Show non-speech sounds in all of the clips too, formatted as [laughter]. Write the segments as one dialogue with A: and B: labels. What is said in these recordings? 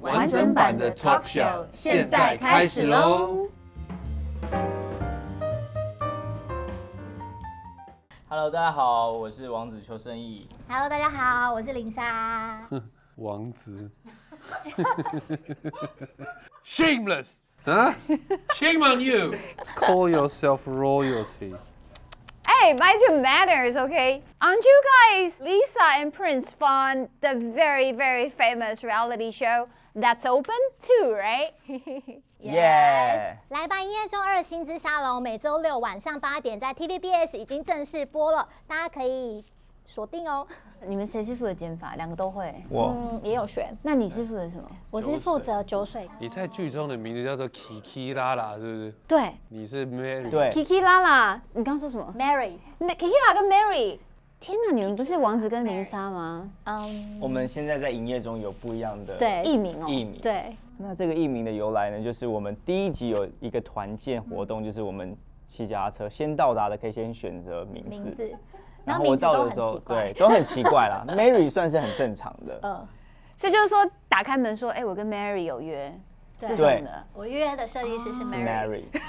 A: 完整版的 talk show 现在开始喽。
B: Hello，大家好，我是王子邱胜义。
C: Hello，大家好，我是林莎。
A: 王子 [laughs] ，shameless 啊，shame on you. Call yourself royalty.
D: Hey, mind your manners, okay? Aren't you guys Lisa and Prince from the very, very famous reality show that's open too, right?
B: 耶！
C: 来吧，音乐周二星之沙龙，每周六晚上八点在 TVBS 已经正式播了，大家可以锁定哦。
E: 你们谁是负责剪发？两个都会。
B: 我
C: 嗯，也有选，
E: 那你是负责什么？
C: 我是负责酒水。
A: 你在剧中的名字叫做 Kiki 拉拉，是不是？
E: 对
A: 你是 Mary。
B: 对
E: ，Kiki 拉拉，你刚说什么
C: Mary，
E: ？Kiki 拉跟 Mary。天哪，你们不是王子跟林莎吗？
C: 嗯，
B: 我们现在在营业中有不一样的
C: 对，
E: 艺名哦。
B: 艺名。
C: 对，
B: 那这个艺名的由来呢，就是我们第一集有一个团建活
C: 嗯
B: 动，就是我们骑脚踏车先到达的可以先选择名字。
C: 名字，
B: 然
C: 然
B: 后
C: 后
B: 我
C: 名字
B: 到
C: 都
B: 的
C: 很
B: 时候
C: 奇，
B: 对，
C: 怪。
B: 都很奇怪
C: [laughs]
B: 啦。Mary 算是很正常的，
C: 嗯，
E: 所以就是说，打开门说，哎，我跟 Mary 有约，这种
B: 对
E: 的。
C: 我约的设计师是
B: 是
C: Mary，
B: Mary，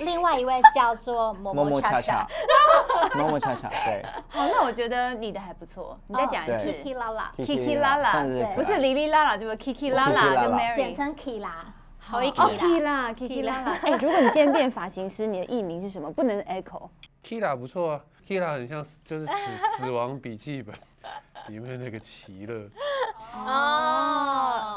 C: 另外一位叫做某
B: 摸
C: 某
B: 摸
C: 恰
B: 恰
C: 恰
B: 恰， [laughs] 摸摸恰恰，对
E: 哦，那我觉得你的还不错，你再讲
C: 哦
E: 一
B: 对
E: 次。
C: ，Kitty 啦啦，
E: 哦 Kiki 拉拉
B: 算是
C: 对
E: 不是莉莉拉拉，就是 Kiki 拉拉跟 Mary。
C: 简称 K 啦，好
E: 哦 Kiki 啦，Kiki 拉拉。哎，如果你今天变发型师，你的艺名是什么？不能 echo。
A: Kira 不错啊，Kira 很像死
C: [laughs]
A: 就是死《死亡笔记本》里面那个奇乐。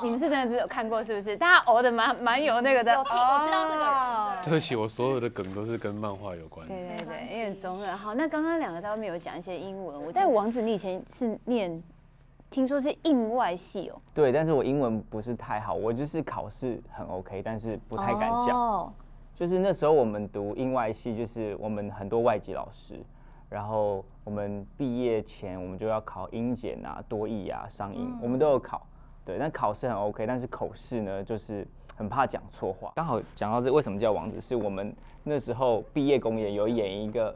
E: 你们是真的只有看过是不是？大家熬的蛮蛮有那个的。
C: 有听我知道这个人
E: 哦
A: 对不起，我所有的梗都是跟漫画有关的。
E: 对对
C: 关
E: 对，
C: 系
E: 有点中二。好，那刚刚两个在外面有讲一些英文，我但王子你以前是念，听说是印外系哦，
B: 对，但是我英文不是太好，我就是考试很 OK，但是不太敢讲。
C: 哦
B: 就是那时候我们读英外系，就是我们很多外籍老师，然后我们毕业前我们就要考英检啊、多译啊、商英，我们都有考。对，但考试很 OK，但是口试呢，就是很怕讲错话。刚好讲到这，为什么叫王子？是我们那时候毕业公演有演一个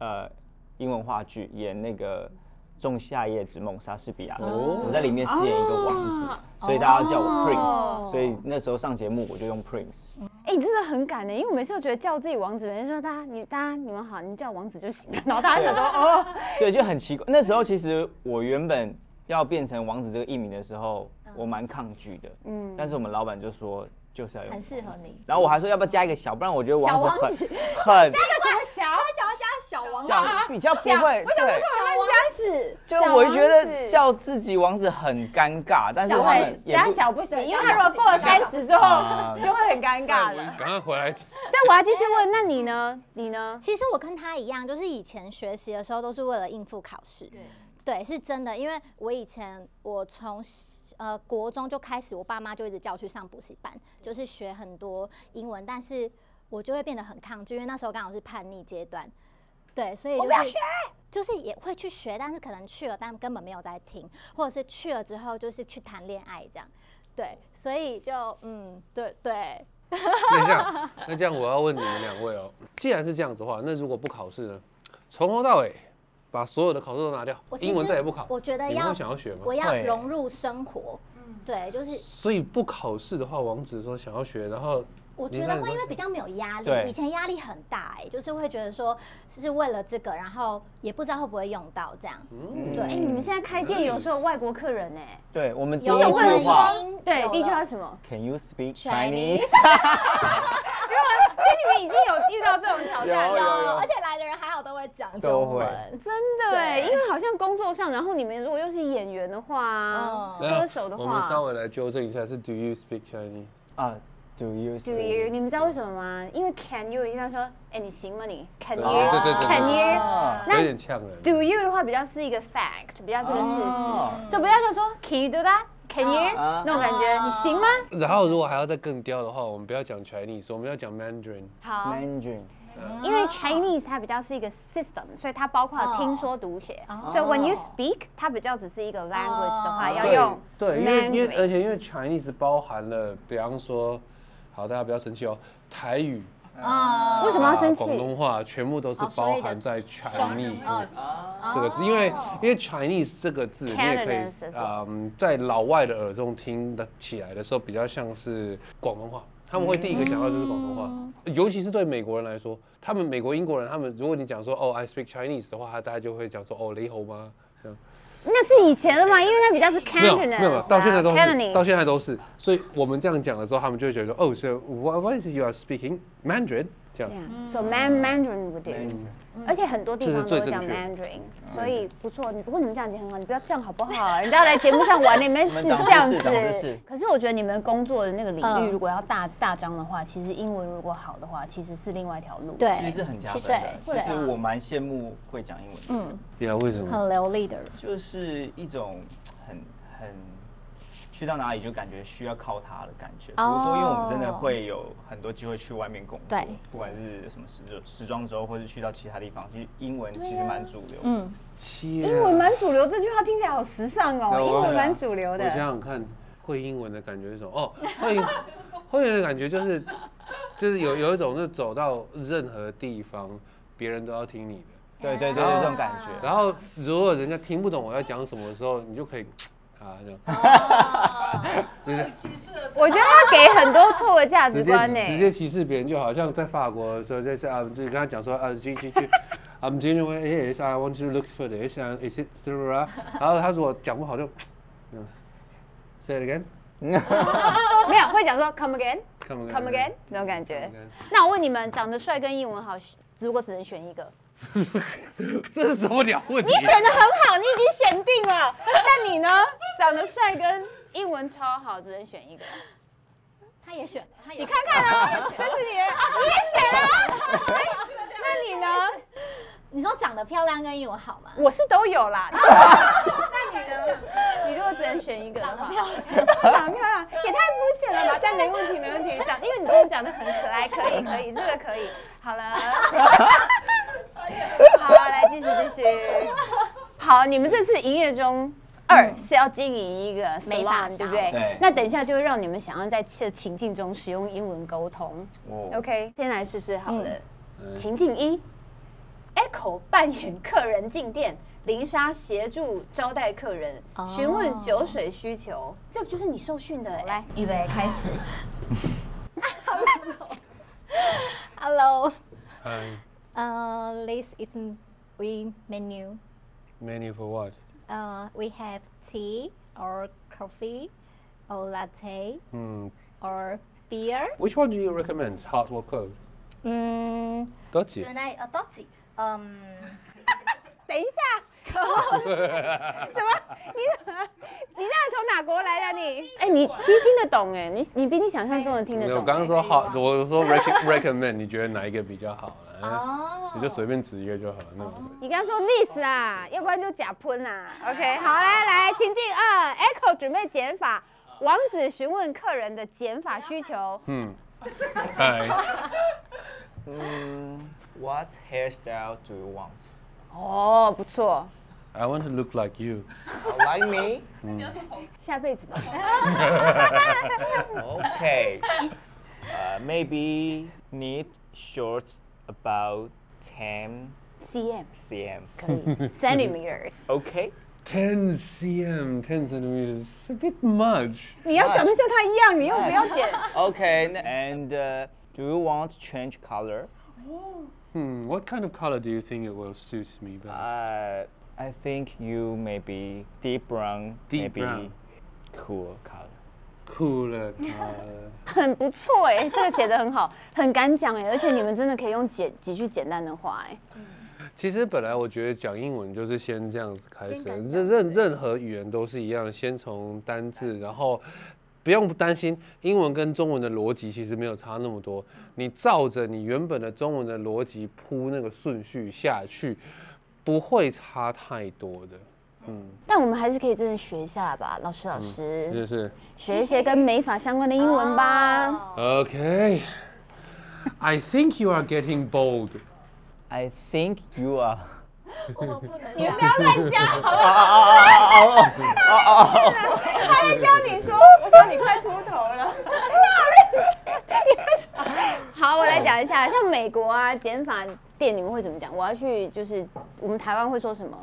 B: 呃英文话剧，演那个。仲夏夜之梦，莎士比亚的，我在里面饰演一个王子，所以大家叫我 Prince，、所以那时候上节目我就用 Prince。
E: 哎、你真的很敢呢，因为我每次都觉得叫自己王子，人家说大家你大家你们好，你叫王子就行了，然后大家想说
A: 啊
E: 哦，
B: [laughs] 对，就很奇怪。那时候其实我原本要变成王子这个艺名的时候，
C: 嗯
B: 我蛮抗拒的。嗯，但是我们老板就说就是要用，
C: 很适合你。
B: 然后我还说要不要加一个小，不然我觉得王子
C: 小王
B: 很
C: 子
B: 很
C: 什么 [laughs] 小？他讲要加小王子，
B: 讲比较不会对。
C: 小王子，
B: 就我觉得叫自己王子很尴尬，但是他们也不
E: 不行，因为他如果过了三十之 [laughs]
B: 啊
E: 后就会很尴尬了。
A: 赶快回来，
E: 但我要继续问，那你呢？你呢？
C: 其实我跟他一样，就是以前学习的时候都是为了应付考试。对。是真的，因为我以前我从呃国中就开始，我爸妈就一直叫我去上补习班，就是学很多英文，但是我就会变得很抗拒，因为那时候刚好是叛逆阶段，对，所以、就是、我不要学，就是也会去学，但是可能去了，但根本没有在听，或者是去了之后就是去谈恋爱这样，对，所以就嗯，对对，
A: 那这样，那这样我要问你们两位哦，既然是这样子的话，那如果不考试呢？从头到尾把所有的考试都拿掉
C: 我，其实
A: 英文再也不考，
C: 我觉得
A: 你们
C: 要
A: 会想要学吗
C: 我？要
B: 会
C: 融入生活，
E: 嗯
C: 对，就是
A: 所以不考试的话，王子说想要学，然后
C: 我
A: 你
C: 觉
A: 那
C: 得
A: 你
C: 会因
A: 会
C: 为比较没有压
B: 对
C: 力，以前压力很大哎、就是会觉得说是为了这个，然后也不知道会不会用到这样。
E: 哎、
C: 对，
E: 你们现在开店有时候有外国客人呢、
B: 对我们第一
C: 有我
B: 句
C: 们
B: 话
C: 已经
E: 对，第一句话
C: 有
E: 是什么？ [laughs]
B: ，Can you speak
C: Chinese？
B: Chinese？
C: [laughs]
E: 你们已经有遇到这种挑战了。
C: 了有，而且来的人还好都会讲中
B: 会
C: 文，
E: 真的哎，因为好像工作上，然后你们如果又是演员的话，
C: 嗯
E: 歌手的
A: 我们稍
E: 话，
A: 微来纠正一下，是 Do you speak Chinese？
B: 啊，Do you
E: Do you？
B: speak？
E: 你们知道为什么吗？因为 Can you 一定要说，哎，你行吗你？Can
A: 对
E: you？
A: 啊对对
E: Can
A: 对
E: you？
B: 啊
A: 对，有点呛人。
E: Do you 的话比较是一个 fact，比较是个事
B: 哦
E: 实，就不要想说 Can you do that？Can Can you？
B: 啊
E: 那种感觉，你行吗？
A: 然后如果还要再更刁的话，我们不要讲 Chinese，我们要讲 Mandarin。
E: 好，
B: Mandarin，
E: 因为 Chinese 它比较是一个 system，所以它包括听说读写。所以 when you speak，它比较只是一个 language 的话，要用
A: 啊对，因为因为
E: Mandarin
A: 而且因为 Chinese 包含了，比方说，好，大家不要生气哦，台语、
C: 啊，
E: 为什么
A: 啊
E: 要生气？
A: 广东话全部都是
C: 哦所以
A: 包
C: 的
A: 含在 Chinese
C: 哦
A: 这个字，因
E: 哦
A: 为因为 Chinese 这个字，你也可
E: Cantonese
A: 以
E: as well
A: 嗯，在老外的耳中听的起来的时候，比较像是广东话。他们会第一个想到就是广东话，
E: 哦
A: 尤其是对美国人来说，他们美国英国人，他们如果你讲说哦，I speak Chinese 的话，他大家就会讲说哦，雷猴吗？这样
E: 那是以前的嘛，因为它比较是
A: 没有没
E: Cantonese，
A: 有，到现在都
E: c a n t o n e
A: 是，到现在都是。所以我们这样讲的时候，他们就会觉得说，哦，so what what is it you are speaking Mandarin？这样，
E: Yeah，so man Mandarin would do，而且很多地方都有讲
A: 这是最正嗯
E: Mandarin，所以不错。你不过你们这样已经很好，你不要这样好不好？ [laughs] 人家来节目上玩，你们是
B: 们长
E: 这样
B: 知识长知
E: 子
B: 识。
F: 可是我觉得你们工作的那个领域，
C: 嗯
F: 如果要大大张的话，其实英文如果好的话，其实是另外一条路。，
A: 啊
C: 对，
B: 其实是很加分的。
C: 对，啊
B: 其实
C: 对
B: 我蛮羡慕会讲英文的人，
A: 对啊，为什么？
C: 很流利的人，
B: 就是一种很很去到哪里就感觉需要靠它的感觉。比
C: 哦
B: 如说，因为我们真的会有很多机会去外面工作
C: 对，
B: 不管是什么时装时装周，或是去到其他地方，其实英文
C: 啊
B: 其实蛮主流的。
C: 嗯
A: 英
E: 英文蛮主流，这句话听起来好时尚哦。
A: 那我
E: 英文蛮主流
A: 啊我想
E: 的，
A: 想看，会英文的感觉是什么？哦，会
E: [laughs]
A: 英会英文的感觉就是就是有有一种是走到任何地方，别人都要听你的。
B: 对对对对，这种感觉。
C: 哦
A: 然后如果人家听不懂我要讲什么的时候，你就可以啊这样，就是
E: 我觉得他给哦很多错的价值
A: 直接
E: 观欸呢。
A: 直接歧视别人，就好像在法国的时候，在在啊，就是跟他讲说啊，G G G。I'm genuine. It is. I want to look for this. And is it? 然后他如果讲不好就， [laughs] 嗯，say it again.
E: 没有会讲说 come again。
A: Come again.
E: Come again 那种感觉
A: Come again.。
E: 那我问你们，长得帅跟英文好，如果只能选一个，
A: [laughs] 这是什么了不起？
E: 你选的很好，你已经选定了。但你呢，长得帅跟英文超好，只能选一个。
C: 他也选，他也
E: 你看看啊，
A: [laughs]
E: 这是你的，你也选了 [laughs] 啊。哎那你呢？
C: 你说长得漂亮跟英文好吗？
E: 我是都有 [laughs] 啦。那你呢？你如果只能选一个的话，长得漂亮也太肤浅了吧？但没问题，没问题，长，因为你今天长得很可爱，可以，可以，这个可以。好 [laughs] 了，好，来继续继续。好，你们这次营业中。二是要经营一个
F: 美发
E: salon，
F: 沙
E: 对不对？
B: 对
E: 那等一下就会让你们想要在这情境中使用英文沟通。
B: 我
E: OK，先来试试好了。
A: 嗯
E: 情境一，Echo 扮演客人进店，林莎协助招待客人，询问酒水需求，这不就是你受训的欸？来
F: 预备开
C: [laughs]
F: 始。
C: 哦 Hello，
A: Hi,
C: 呃、t h i s Uh, is we menu.
A: menu for what?
C: Uh, we have tea or coffee or latte
A: Hmm.
C: or beer.
A: Which one do you recommend? Hot or cold?
C: 嗯，
A: Dutchy.
C: 在呃 d o t [laughs] 嗯，
E: 等一
A: [laughs]
E: 下，怎么？你怎么？你那从哪国来的你？哎，你其实听得懂哎，你你比你想象中的听得
A: 没
E: 懂
A: 有
E: 欸。
A: 我刚刚说好，我说 rec- [laughs] recommend，你觉得哪一个比较好呢？你就随便指一个就好了。那种
E: 你刚刚说 this 啊，要不然就假喷啊。OK，好，来来，情境二，Echo 准备减法，王子询问客人的减法需求。
A: 嗯，嗨，
B: 嗯，What hairstyle do you want?
E: 哦，不错，
A: I want to look like you.
B: Like me?
E: 下辈子 [laughs] 吧。
B: Okay. [laughs] Uh, maybe need shorts about 10
E: cm
B: cm.
E: 可以，centimeters。
B: Okay.
A: Ten cm, ten centimeters, it's a bit much.
E: 你要长得像他一样，你又不要剪。
B: Okay. And uh, do you want to change color?
A: Hmm. What kind of color do you think it will suit me best?
B: Uh, I think you maybe deep brown,
A: Deep
B: maybe
A: brown.
B: cool color.
A: Cooler color.
E: 很不错哎， [laughs] 这个写的很好，很敢讲哎，而且你们真的可以用简几句简单的话哎。
A: 其实本来我觉得讲英文就是先这样子开始，任任任何语言都是一样，先从单字，然后不用担心英文跟中文的逻辑其实没有差那么多，你照着你原本的中文的逻辑铺那个顺序下去，不会差太多的。
E: 但我们还是可以真的学一下吧，老师老师，
A: 嗯是不是
E: 学一些跟美法相关的英文吧。
A: ？Okay. I think you are getting bold.
B: I think you are [laughs]
E: 你们不要乱加，好不好？他在教你说，我说你快秃头了。好，我来讲一下，像美国啊，减法店你们会怎么讲？我要去，就是我们台湾会说什么？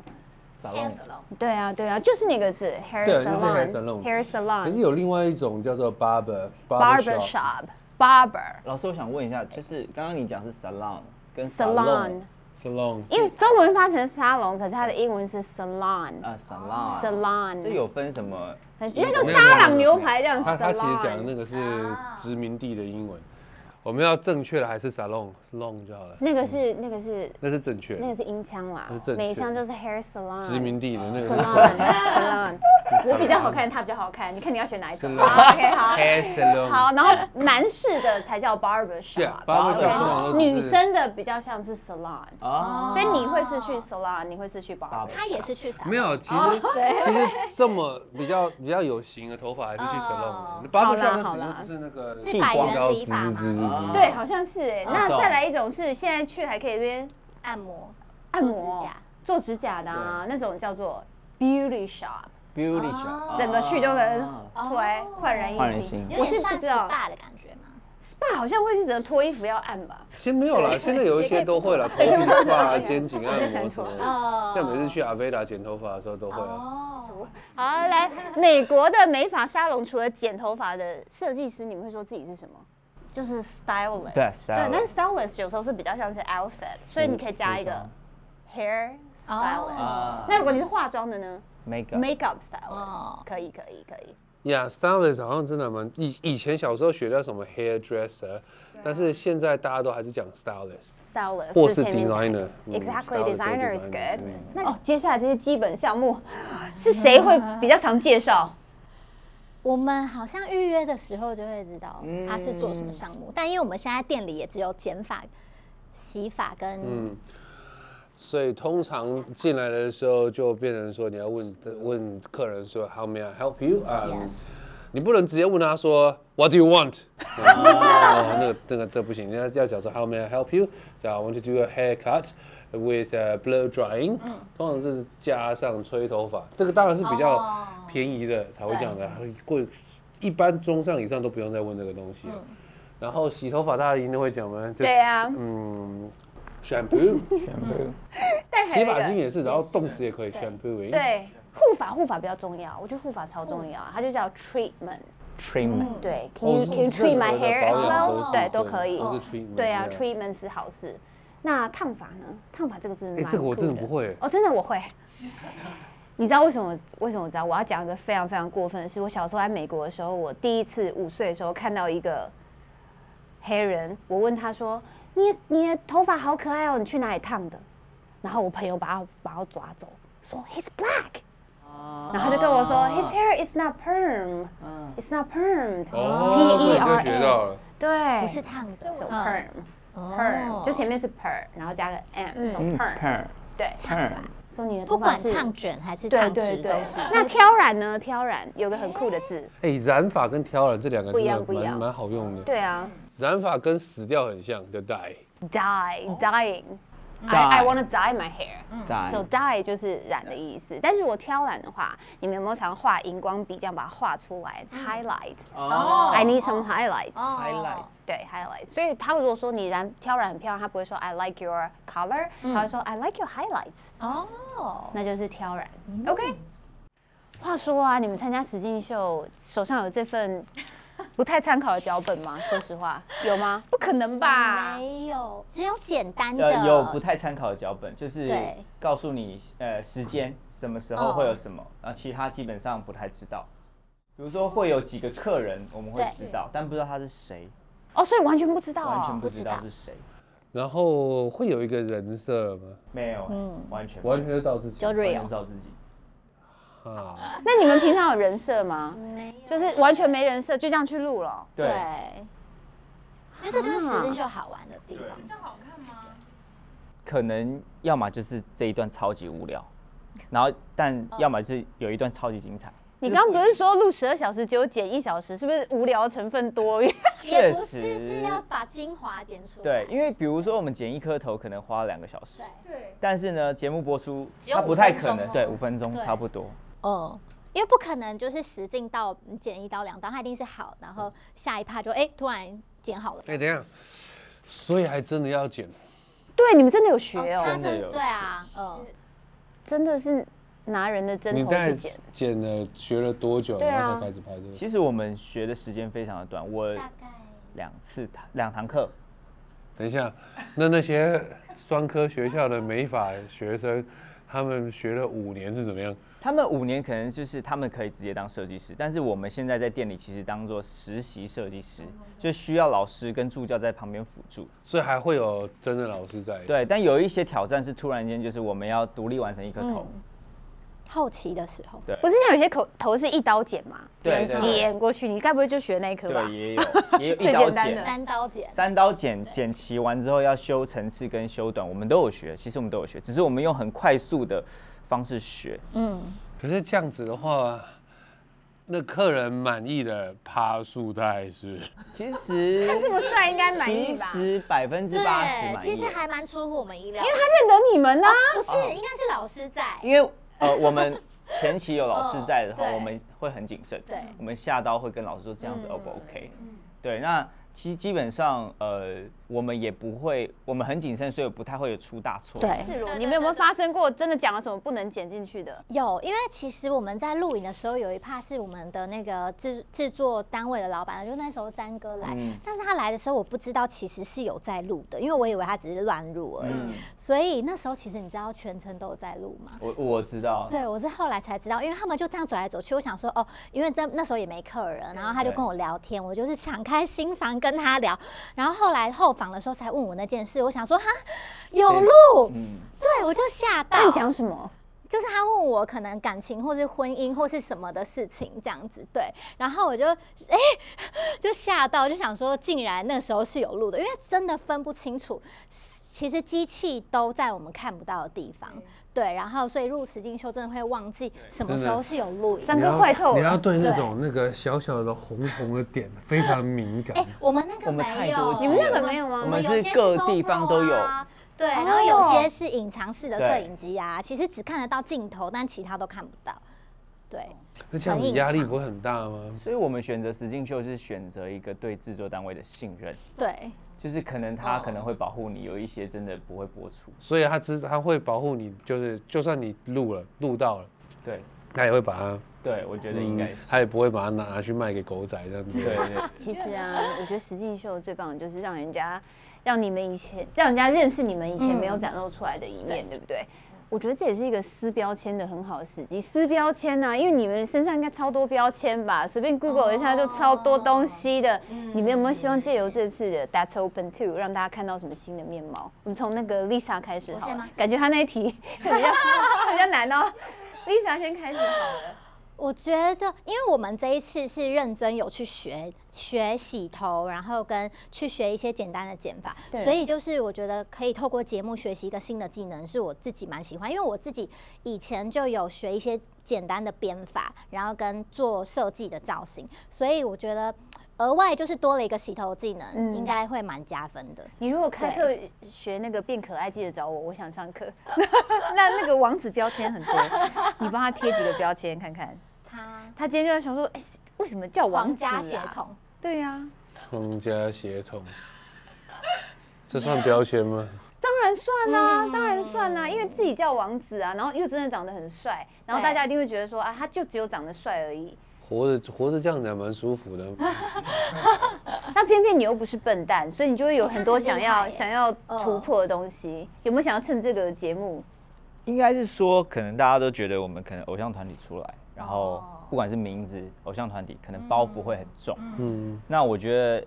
B: salon
E: 对啊，对啊，就是那个字，hair
A: 对
E: salon，hair
A: 就是 hair salon
E: hair
G: 可是
E: salon
G: 有另外一种叫做 barber shop
E: barber shop barber
B: 老师，我想问一下，就是刚刚你讲是 salon 跟
E: salon，
A: Salon.
E: 因为中文发成沙龙，可是它的英文是 salon，
B: 啊 salon
E: Salon
B: 这有分什么？
E: 很比较像沙朗牛排 [laughs] 这样。
A: 他他其实讲的
E: salon 啊
A: 那个是殖民地的英文，我们要正确的还是 salon，salon 就好了，
E: 那个是那个是
A: 那是正确的
E: 那。个是音腔啦
A: 那是正，确
E: 美腔就是 hair salon
A: 殖民地的那个
E: salon
A: [laughs]
E: salon，我比较好看，他比较好看，你看你要选哪一种
A: Salon
E: 好？OK，
A: [laughs]
E: 好。
A: hair salon，
E: 好，然后男士的才叫 barber shop，
A: barber
E: OK，
A: shop 通常都是
E: 女生的比较像是 salon，
B: 哦，
E: 所以你会是去 salon，你会是去 barber，
C: 他也是去撒
A: 没有，其
E: 哦
A: 实其实这么比较比较有型的头发还是去 salon 的，
E: 哦好
A: 芭
E: 啦
A: 比上
E: 好
A: 那
E: 啦
A: 只不过是那个
C: 是百元理发吗？
A: 吗
E: 对，好像是
A: 哦
E: 哎。那
B: 懂
E: 再来一种是现在去还可以边
C: 按摩，
E: 按摩
C: 做指甲、
E: 做指甲的啊，那种叫做 beauty shop，
B: beauty shop，
E: 整个去都能
C: 哦
E: 突然焕然
B: 焕然
E: 一
B: 一新
E: 新。
C: 有
E: 我
C: 点
E: 是
C: 算
E: 不知道
C: SPA 的感觉吗？
E: ，SPA 好像会是只能脱衣服要按吧？
A: 先没有了，现在有一些都会了，头皮发、肩颈按摩什么
E: [laughs] 哦
A: 的。像每次去阿维达剪头发的时候都会啊。
C: 哦，
E: 好，来美国的美发沙龙，除了剪头发的设计师，你们会说自己是什么？就是 stylist，
B: 对
E: 对，
B: stylist
E: 但 stylist 有时候是比较像是 outfit，所以你可以加一个 hair stylist。
B: 啊
E: 那如果你是化妆的呢
B: makeup
E: ？makeup stylist，
C: 哦
E: 可以可以可以。
A: Yeah, stylist 好像真的蛮以以前小时候学到什么 hairdresser，但是现在大家都还是讲 stylist，
E: stylist
A: 或是
E: 前面讲的
A: designer，嗯
E: Exactly,
A: stylist 或
E: designer is
A: designer，
E: good.
A: 嗯
E: 那哦，接下来这些基本项目是谁会比较常介绍？
C: 我们好像预约的时候就会知道他是做什
B: 嗯
C: 么项目，但因为我们现在店里也只有剪发、洗发跟
B: 嗯
A: 所以通常进来的时候就变成说你要问问客人说 How may I help you？啊、你不能直接问他说 What do you want？哦， [laughs] 那个那个这不行，你要要讲说 How may I help you？So I want to do a haircut with a blow drying、通常
E: 嗯
A: 是加上吹头发，这个当然是比较
E: 哦
A: 便宜的才会讲的，贵一般中上以上都不用再问这个东西了。然后洗头发大家一定都会讲嘛，就是
E: 嗯对啊，
A: 嗯，shampoo。
E: 但还有
A: 洗
E: 一
A: 发
E: 个
A: 精也是，然后动词也可以 shampooing。，
E: 对护发，护发比较重要，我觉得护发超重要，啊它就叫 treatment。
B: treatment，
E: 对，Can you
A: 哦是
E: can you treat
A: 任
E: my
A: 何的
E: hair
A: 保
E: as
A: 养都
E: well？
A: 是
E: 对，都
A: 对
E: 可以
A: 都是。treatment，
E: 对啊
A: 对
E: ，treatment 是好事。那烫发呢？烫发这个字蛮
A: 哎
E: 酷的，
A: 这个我真的不会
E: 哦，真的我会。你知道为什么？为什么我知道？我要讲一个非常非常过分的事。我小时候在美国的时候，我第一次五岁的时候看到一个黑人，我问他说：“你的你的头发好可爱哦，你去哪里烫的？”然后我朋友把他把他抓走，说 He's black。然后他就跟我说，His hair is not perm, it's not permed,
A: 哦，
E: P E
A: 这个
E: R
A: 就学到了。
E: 对，
C: 不是烫的，
E: so
C: 嗯
E: perm perm，就前面是 per，然后加个 m，so
B: 嗯
E: perm，
B: ，perm
E: 对，
B: perm，
E: 所以你的
C: 不
E: 头发
C: 管
E: 是
C: 烫卷还是
E: 对
C: 烫
E: 对
C: 直都
E: 对
C: 是。。
E: 那挑染呢？挑染有个很酷的字，
A: 哎，染发跟挑染这两个
E: 不一
A: 真
E: 样
A: 的
E: 不一
A: 蛮
E: 样
A: 蛮好用的。
E: 对啊
A: 染发跟死掉很像，the die。
C: 哦
E: ，dye dying。I I
B: Dye
E: wanna dye my hair，
C: 嗯
B: 染
E: So dye 就是染的意思，但是我挑染的话，你们有没有常画荧光笔这样把它画出来？Highlight，I
C: 嗯
B: 哦
E: need some highlights。
B: Oh。
C: 哦
B: highlight
E: 对，highlight。所以他如果说你染挑染很漂亮，他不会说 I like your color，、他
C: 嗯
E: 会说 I like your highlights，
C: 哦，
E: 那就是挑染。OK。话说啊，你们参加实境秀，手上有这份 [laughs] 不太参考的脚本吗？说实话，有吗？不可能吧？
C: 没有，只有简单的，
B: 呃有不太参考的脚本，就是
C: 对
B: 告诉你呃时间什么时候会有什么，然后其他基本上不太知道。比如说会有几个客人我们会
C: 对
B: 知道，但不知道他是谁，
E: 哦，所以完全不知道、哦，
B: 完全不
C: 不知
B: 知道
C: 道
B: 是谁，
A: 然后会有一个人设吗？
B: 没有，完全
A: 完全照自己
C: 就
B: 完全
C: real，
B: 照自己。
A: 啊。
E: 那你们平常有人设吗？就是完全没人设，就这样去录了哦。
C: 对
B: 对，。
C: 那这就是实境秀好玩的
B: 啊
C: 地方，
B: 可能要么就是这一段超级无聊，然后但要么就是有一段超级精彩。
E: 你刚不是说录十二小时只有减一小时，是不是无聊成分
B: [laughs]
E: 多？
C: 也
B: 确
C: 不是是
B: 实，
C: 要把精华剪出来。
B: 对，因为比如说我们剪一颗头可能花两个小时
C: 对，
H: 对，
B: 但是呢，节目播出
H: 只有
B: 它
H: 五
B: 不太
H: 分
B: 可
H: 钟
B: 能，
H: 哦
B: 对，五分钟
C: 对
B: 差不多。
C: 哦，因为不可能就是十进到你剪一刀两刀，它一定是好，然后下一趴就哎、突然剪好了。
A: 哎、等一下，所以还真的要剪。
E: 对，你们真的有学哦，
C: 它
B: 真的
C: 这
B: 有
C: 对啊，嗯，
E: 真的是拿人的针
A: 你
E: 头
A: 大概
E: 去剪。
A: 剪了学了多久，
E: 对啊
A: 然后才开始拍这个？
B: 其实我们学的时间非常的短，我
C: 大概
B: 两次堂两堂课，
A: 等一下，那那些专科学校的美法学生，他们学了五年是怎么样？
B: 他们五年可能就是他们可以直接当设计师，但是我们现在在店里其实当做实习设计师，
E: 哦
B: 就需要老师跟助教在旁边辅助。
A: 所以还会有真的老师在？，
B: 对，但有一些挑战是突然间就是我们要独立完成一颗头，
E: 嗯
C: 后期的时候，
B: 对
E: 我之前有些口头是一刀剪嘛，
B: 对对对
E: 剪过去，你该不会就学那一颗吧
B: 对，？也有
E: [laughs]
B: 也有
E: 最
B: 一刀
E: 简单的
B: 剪。
C: 三刀剪。
B: 三刀剪剪齐完之后要修层次跟修短，我们都有学，其实我们都有学，只是我们用很快速的方式学。
A: 可是这样子的话，那客人满意的趴数大概是
E: [laughs]
B: 其实
E: 这么帅应该满意吧？
B: 其实百分之八十
C: 对，
B: 满意。
C: 其实还蛮出乎我们意料，因哦
E: 他认得你们呢、啊
C: 不是，应该是老师在，
B: 因为
C: [laughs]
B: 呃，我们前期有老师在的话，
C: 嗯对
B: 我们会很谨慎。
C: 对嗯
B: 我们下刀会跟老师说这样子 O 不 OK？对，那其实基本上呃，我们也不会，我们很谨慎，所以不太会有出大错。，
C: 对，
E: 是你们有没有发生过真的讲了什么不能剪进去的？
C: 有，因为其实我们在录影的时候，有一趴是我们的那个制制作单位的老板，就那时候詹哥来，
B: 嗯
C: 但是他来的时候我不知道其实是有在录的，因为我以为他只是乱录而已，所以那时候其实你知道全程都有在录吗？
B: 嗯我我知道。
C: 对，我是后来才知道，因为他们就这样走来走去，我想说哦，因为在那时候也没客人，然后他就跟我聊天，我就是敞开心房跟他聊，然后后来后访的时候才问我那件事，我想说哈有录，
B: 嗯，
C: 对我就吓到，
E: 那你讲什么？
C: 就是他问我可能感情或是婚姻或是什么的事情这样子，对，然后我就哎、就吓到，就想说竟然那时候是有录的，因为真的分不清楚，其实机器都在我们看不到的地方，对，然后所以入实境秀真的会忘记什么时候是有录
E: [laughs]
C: 影。
E: 三哥坏透
A: 你要
E: 了，
A: 对那种那个小小的红红的点非常敏感。
C: 哎、我们那
B: 我
C: 个
B: 们
C: 没
B: 太多
C: 有，
B: 集了你们那
E: 个没有吗
C: 我
B: 我们
C: 有
B: 是
C: 些
B: 各地方都有
C: GoPro 啊对，然后有些是隐藏式的摄影机啊，其实只看得到镜头，但其他都看不到。对，
A: 那这样子压力不会很大吗？
B: 所以我们选择实境秀是选择一个对制作单位的信任，
C: 对，
B: 就是可能
C: 哦
B: 他可能会保护你，有一些真的不会播出。
A: 所以他知他会保护你，就是就算你录了录到了，
B: 对，
A: 他也会把它，
B: 对，我觉得应该
C: 嗯
B: 是。
A: 他也不会把它拿去卖给狗仔这样子。
B: 对对，
E: 其实
C: [laughs]
E: 啊，我觉得实境秀最棒的就是让人家，让你们以前，让人家认识你们以前没
C: 嗯
E: 有展露出来的一面，对不对？我觉得这也是一个撕标签的很好的时机。撕标签呐、啊，因为你们身上应该超多标签吧，随便 Google 一下就超
C: 哦
E: 多东西的。
C: 嗯
E: 你们有没有希望借由这次的 That's Open To 让大家看到什么新的面貌？我们从那个 Lisa 开始好
C: 先
E: 了
C: 吗，
E: 感觉她那一题 [laughs] 比较比较难哦。Lisa 先开始好了。
C: 我觉得，因为我们这一次是认真有去学学洗头，然后跟去学一些简单的剪法，
E: 对
C: 所以就是我觉得可以透过节目学习一个新的技能，是我自己蛮喜欢，因为我自己以前就有学一些简单的编法，然后跟做设计的造型，所以我觉得额外就是多了一个洗头技能，
E: 嗯
C: 应该会蛮加分的。
E: 你如果开课
C: 对
E: 学那个变可爱，记得找我，我想上课。 [laughs] 那那个王子标签很多， [laughs] 你帮他贴几个标签看看。
C: 他
E: 他今天就在想说，哎、为什么叫王
C: 皇
E: 子、啊、
C: 家血统。
E: 对呀、啊，
A: 皇家血统，这算标签吗？
E: 当然算啦、当然算啦、因为自己叫王子啊，然后又真的长得很帅，然后大家一定会觉得说啊，他就只有长得帅而 [laughs] 已。
A: 活着活着这样子还蛮舒服的。
E: 但偏偏你又不是笨蛋，所以你就会有很多想
C: 他
E: 要 [laughs]
C: 很厉害耶
E: 想要突破的东西。有没有想要趁这个节目？
B: 应该是说，可能大家都觉得我们可能偶像团体出来，然后
C: 哦
B: 不管是名字、偶像团体，可能包袱会很重。
A: 嗯，
B: 那我觉得，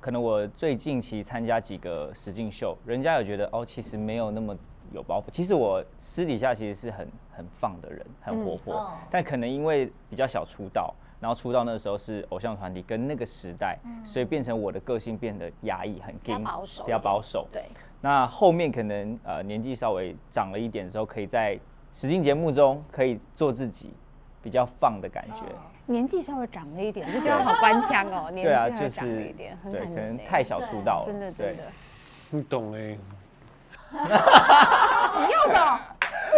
B: 可能我最近期参加几个实境秀，人家有觉得哦，其实没有那么有包袱。其实我私底下其实是很很放的人，
C: 嗯
B: 很活
C: 哦
B: 泼，但可能因为比较小出道。然后出道那时候是偶像团体跟那个时代，所以变成我的个性变得压抑，很
C: 嗯较
B: king，
C: 保守
B: 比较
C: 一点
B: 保守。
C: 对，
B: 那后面可能呃年纪稍微长了一点之后，可以再实境节目中可以做自己，比较放的感
E: 哦
B: 觉。
E: 年纪稍微长了一点，就觉得好官腔哦。年
B: 对啊，
E: 纪
B: 就
E: 稍微长了
B: 是
E: 一点，很
B: 对，
E: 感
B: 可
E: 人
B: 能
E: 欸
B: 太小出道了，
E: 真的
B: 对
E: 真的。
B: [laughs]
A: 你懂哎，
E: 你又懂，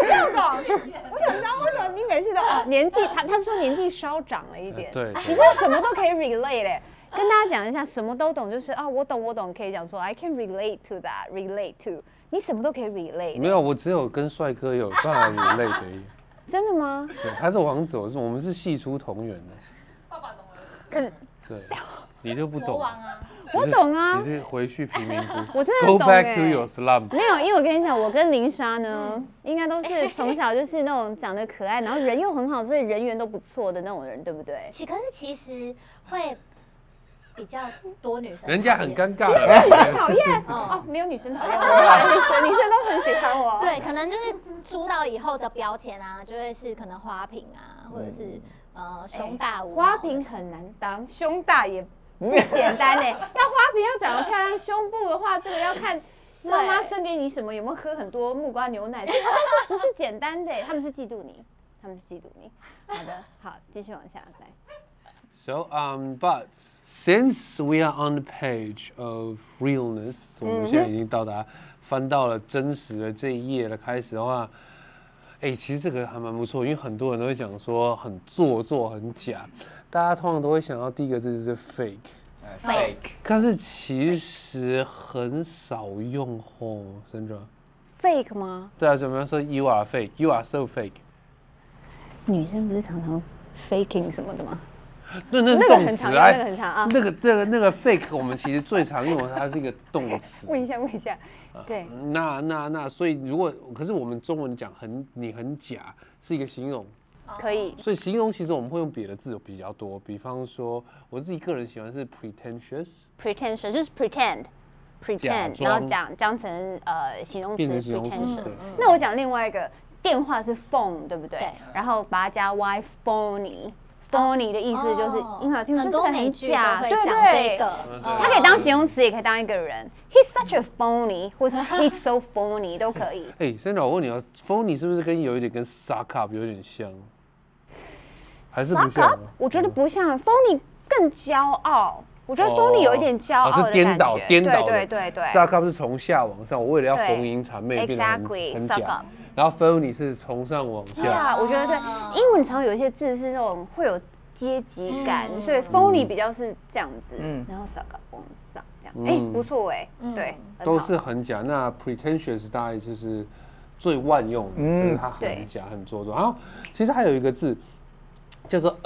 E: 你又懂。 [laughs] 我想知道为什么你每次都哦年纪，他他是说年纪稍长了一点，哎
A: 呃对对
E: 你这什么都可以 relate 嘞。跟大家讲一下，什么都懂就是啊，我懂我懂，可以讲说 I can relate to that，relate to，你什么都可以 relate
A: 没
E: 嘞。
A: 有，我只有跟帅哥有办法 relate 而已。
E: 真的吗？
A: 对，他是王子，我是我们是系出同源的。
E: 可是
A: 对，你就不懂。
E: 我
A: 你是
E: 懂啊
A: 你是回去贫民窟。
E: [laughs] 我真的
A: Go
E: 懂
A: back to
E: 欸
A: your slum。
E: 没有，因为我跟你讲，我跟林莎呢，应该都是从小就是那种长得可爱，然后人又很好，所以人缘都不错的那种人，对不对？
C: 其可是其实会比较多女生，
A: 人家很尴尬的。
E: 讨厌
C: 哦
E: 哦，没有女生讨厌我， [laughs] 女生女生都很喜欢
B: 哦
E: 我。
C: 对，可能就是出道以后的标签啊，就会是可能花瓶啊，或者
B: 嗯
C: 是
B: 哎
C: 呃胸大无毛
I: 花瓶很难当，胸大也不简单呢、
E: 欸 [laughs]
I: 要花瓶要长得漂亮，胸部的话，这个要看妈妈生给你什么，有没有喝很多木瓜牛奶，这个
E: 但是不是简单的，欸他们是嫉妒你，他们是嫉妒你。好的，好，继续往下来。
A: So um, but since we are on the page of realness，、我
E: 嗯
A: 们现在已经到达翻到了真实的这一页的开始的话，哎、其实这个还蛮不错，因为很多人都会讲说很做作、很假，大家通常都会想到第一个字就是 fake，
B: fake
A: 但是其实很少用哦，Sandra。
E: Fake 吗？
A: 对啊，怎么样说 you are fake, you are so fake？
E: 女生不是常常 faking 什么的吗？
A: 那那是
E: 那个
A: 动
E: 很
A: 词
E: 常用
A: 啊，
E: 那个很常啊
A: 那个那个那个 fake，我们其实最常用的它是一个动
E: [laughs]
A: 词。
E: 问一下，问一下。对，
A: 那那那，所以如果可是我们中文讲很你很假是一个形容，
E: 可以。
A: 所以形容其实我们会用别的字比较多，比方说我自己个人喜欢是 pretentious，
E: pretentious 就是 pretend。
A: 假
E: pretend，
A: 装
E: 然后讲讲成呃形容词
A: 变成形容词
E: pretentious
A: 对。
E: 那我讲另外一个电话是 phone，对不对
C: 对？
E: 然后把它加 y phony。phony 的意思就是
C: 哦，
E: 因为听
C: 很
E: 说这
C: 多
E: 个
C: 美
E: 很
C: 剧都
E: 假，
C: 会
E: 对不
C: 讲这
E: 对？
C: 个，
A: 对
E: 它可以当形容词，也可以当一个人。He's such a phony，或是 He's so phony 都可以。
A: 哎、森 s 我问你哦，phony 是不是跟有一点跟 suck up 有点像？ [laughs] 还是不
E: Suck
A: 像
E: up，
A: 啊？
E: 我觉得不像 phony 更骄傲。我觉得 phony 有一点骄傲的
A: 哦是
E: 感觉，
A: 颠倒颠倒的
E: 对对对对。
A: ，suck up 是从下往上，我为了要
E: 对
A: 逢迎谄媚变得很
E: Exactly，
A: 很
E: suck
A: 假
E: up，
A: 然后 phony 是从上往
E: 对
A: 下。
E: 啊，我觉得对，英文常有一些字是那种会有阶级感，所以 phony 比较是这样子，
B: 嗯
E: 然后 suck up on suck 这样，
A: 嗯
E: 哎，不错哎，对，很
A: 都
E: 好
A: 是很假。那 pretentious 大概就是最万用的，
B: 嗯
A: 就是它很假、很做作。然后其实还有一个字叫做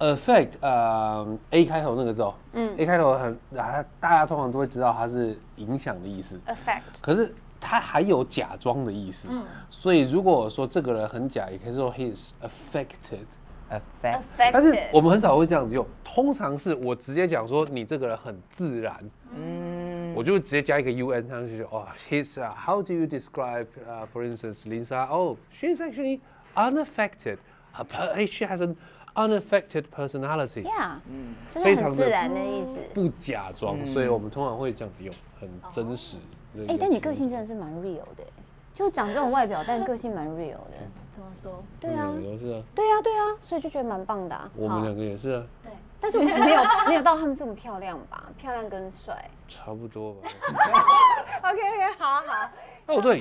A: affect，affect，呃，A 开头那个字哦，嗯，A 开头很，啊大家通常都会知道它是影响的意思，
E: affect
A: 可是它还有假装的意思。
E: 嗯
A: 所以如果说这个人很假，也可以说 he is affected。
B: effect
E: affect，
A: 但是我们很少会这样子用，通常是我直接讲说你这个人很自然，嗯，我就会直接加一个 un 上去就哦，his、uh, how do you describe、uh, for instance Lisa? Oh, she's actually unaffected. Her per- she has an unaffected personality，、
E: ，yeah，就是
A: 非常
E: 很
A: 地
E: 自然的意思。
A: 不假装，所以我们通常会这样子用，很真实的一个情景。
E: 嗯哎，但你个性真的是蛮 real 的，就长这种外表，但个性蛮 real 的。
A: [laughs]
C: 怎么说？
E: 对啊
A: 我，们都是啊，
E: 对啊，对啊，所以就觉得蛮棒的啊。
A: 我们两个也是啊，
E: 但是我们没有没有到他们这么漂亮吧？漂亮跟帅。
A: 差不多吧。
E: OK OK，好啊好啊。
A: 哦，对，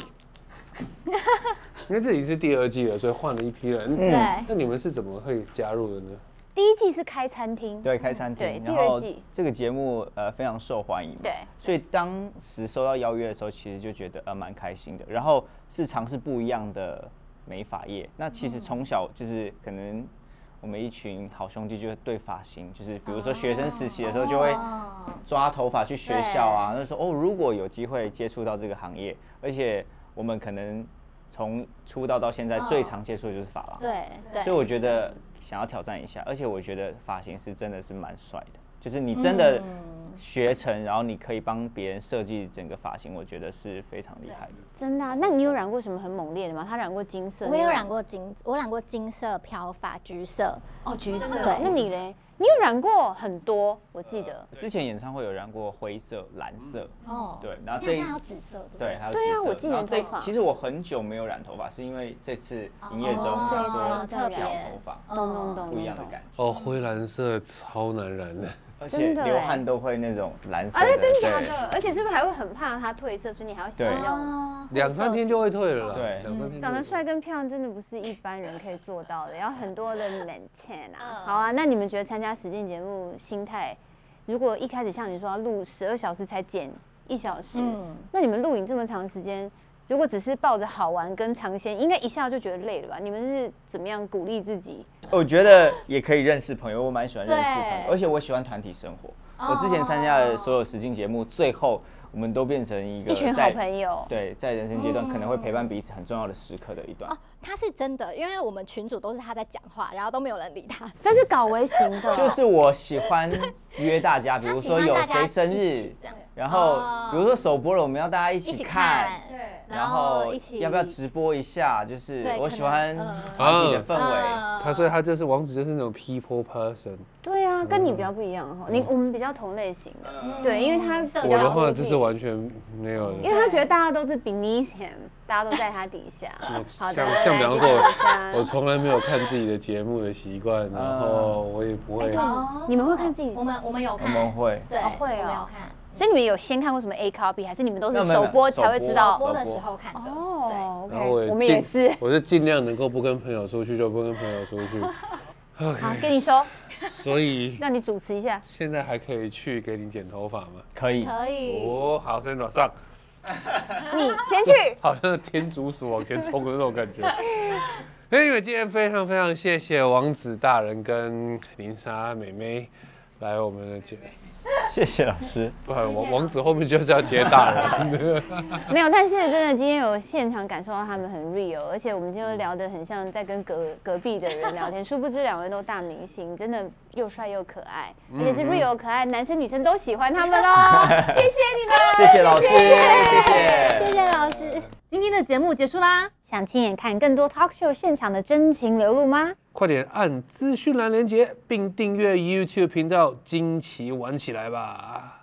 A: [laughs] 因为这里是第二季了，所以换了一批
E: 嗯
A: 人。
C: 对
A: 那你们是怎么会加入的呢？
E: 第一季是开餐厅，
B: 对，开餐
E: 对
B: 厅。
E: 第
B: 然
E: 二
B: 后
E: 季
B: 这个节目呃非常受欢迎，
E: 对，
B: 所以当时收到邀约的时候，其实就觉得呃蛮开心的。然后是尝试不一样的美发业。那其实从小就是可能我们一群好兄弟就对发型，就是比如说学生实习的时候就会
C: 哦
B: 嗯抓头发去学校啊，那时候哦如果有机会接触到这个行业，而且我们可能从出道到现在最常接触的就是发廊，
C: 对
B: 所
C: 对
B: 以我觉得想要挑战一下，而且我觉得发型师真的是蛮帅的，就是你真的学成，然后你可以帮别人设计整个发型，我觉得是非常厉害的。
E: 真的啊、那你有染过什么很猛烈的吗？他染过金色，
C: 我
E: 你
C: 有染过金，我染过金色、漂发、橘色，
E: 哦，橘色。
C: 对
E: 那你嘞？你有染过很多，我记得。
B: 之前演唱会有染过灰色、蓝色，
C: 哦，
B: 对，然后
C: 那
B: 这一
C: 现在要紫色对不
B: 对，还有
E: 对啊
B: 紫色
E: 我记得
B: 然后这
E: 头发
B: 其实我很久没有染头发，是因为这次营业中
C: 哦
B: 想
C: 哦
B: 说
C: 特别
B: 漂头发，
C: 哦
E: 懂懂懂
B: 不一样
E: 懂懂。
B: 的感觉，
A: 哦，灰蓝色超难染的，
B: 而且
E: 真的
B: 流
E: 欸
B: 汗都会那种蓝色
E: 啊，那
B: 的，
E: 真假
B: 对
E: 的？而且是不是还会很怕它褪色，所以你还要洗
B: 对
E: 掉？
C: 哦
A: 两三天就会退了啦。
B: 对
A: 两三天就会退。
E: 嗯长得帅跟漂亮真的不是一般人可以做到的，要很多的 maintain
C: 嗯
E: 啊。好啊，那你们觉得参加实践节目心态，如果一开始像你说要录十二小时才剪一小时，
C: 嗯
E: 那你们录影这么长时间，如果只是抱着好玩跟尝鲜，应该一下就觉得累了吧？你们是怎么样鼓励自己？
B: 我觉得也可以认识朋友，我蛮喜欢认识朋友，
C: 对
B: 而且我喜欢团体生活。我之前参加的所有实境节目，最后我们都变成一个
E: 一群好
B: 在
E: 朋友
B: 对，在人生阶段可能会陪伴彼此很重要的时刻的一段
C: 哦。，他是真的，因为我们群主都是他在讲话，然后都没有人理他。
E: 算是搞微型的，
B: 就是我喜欢约大家，比
C: 他
B: 如
C: 喜
B: 说
C: 欢
B: 有
C: 大家
B: 谁
C: 一
B: 生
C: 起
B: 日，
C: 这样，
B: 然后比如说首播了，我们要大家一
C: 一起
B: 起看
C: 看，，
J: 对，
C: 然
B: 然
C: 后
B: 后
C: 一起
B: 要不要直播一下？就是
C: 对
B: 我
C: 可
B: 喜
C: 能
B: 欢
C: 嗯
B: 团体的氛围。
C: 嗯
A: 他所以他就是王子，就是那种 people person。
E: [laughs] 对
A: 嗯
E: 啊，跟你比较不一样哈，你我们比较同类型的，对，因为他是比
A: 我的
E: 较
A: 话
E: 实
A: 就
E: 力
A: 是完全没有
E: 因为他觉得大家都是 beneath him，大家都在他底
A: [laughs]
E: 下。好
A: 像
E: 的，
A: 嗯像比方说 [laughs] 我，我
E: 我
A: 从来没有看自己的节目的习惯，然后
E: 嗯
A: 我也
E: 哎
A: 不会。
E: [laughs]
C: 哦
E: 你们会看自己
C: 我们我们有
B: 我
C: 看，
B: 们会
C: 对，
E: 哦会哦
C: 我们有看，
E: 所以你们有先看过什么 A copy，还是你们都是
B: 没有没有
E: 首播才会知道
B: 首？
C: 播的时候看的，对。
E: 哦
A: 然后我
E: ，OK，我们也
A: 尽
E: 是。
A: [laughs]
E: [laughs]
A: 我是尽量能够不跟朋友出去就不跟朋友出去，
E: 好，跟你说，
A: 所以
E: 让你主持一下。
A: 现在还可以去给你剪头发吗？
B: 可以。
C: 可以，
A: 哦，好，先往上， [laughs]
E: 你先去。
A: 好像天竺鼠往前冲的那种感觉。 [laughs] 因为今天非常非常谢谢王子大人跟林莎妹妹来我们的节，
B: 谢谢老师。
A: 不，王王子后面就是要接大人。 [laughs]
E: [laughs] 没有，但是真的今天有现场感受到他们很 real，而且我们今天聊得很像在跟隔隔壁的人聊天，殊不知两位都大明星，真的又帅又可爱，而且是 real 可爱，男生女生都喜欢他们哦，谢谢你们。
B: 谢谢老师，谢谢，
C: 谢谢老师。
F: 今天的节目结束啦。
E: 想亲眼看更多 talk show 现场的真情流露吗？
A: 快点按资讯栏连接，并订阅 YouTube 频道，惊奇玩起来吧！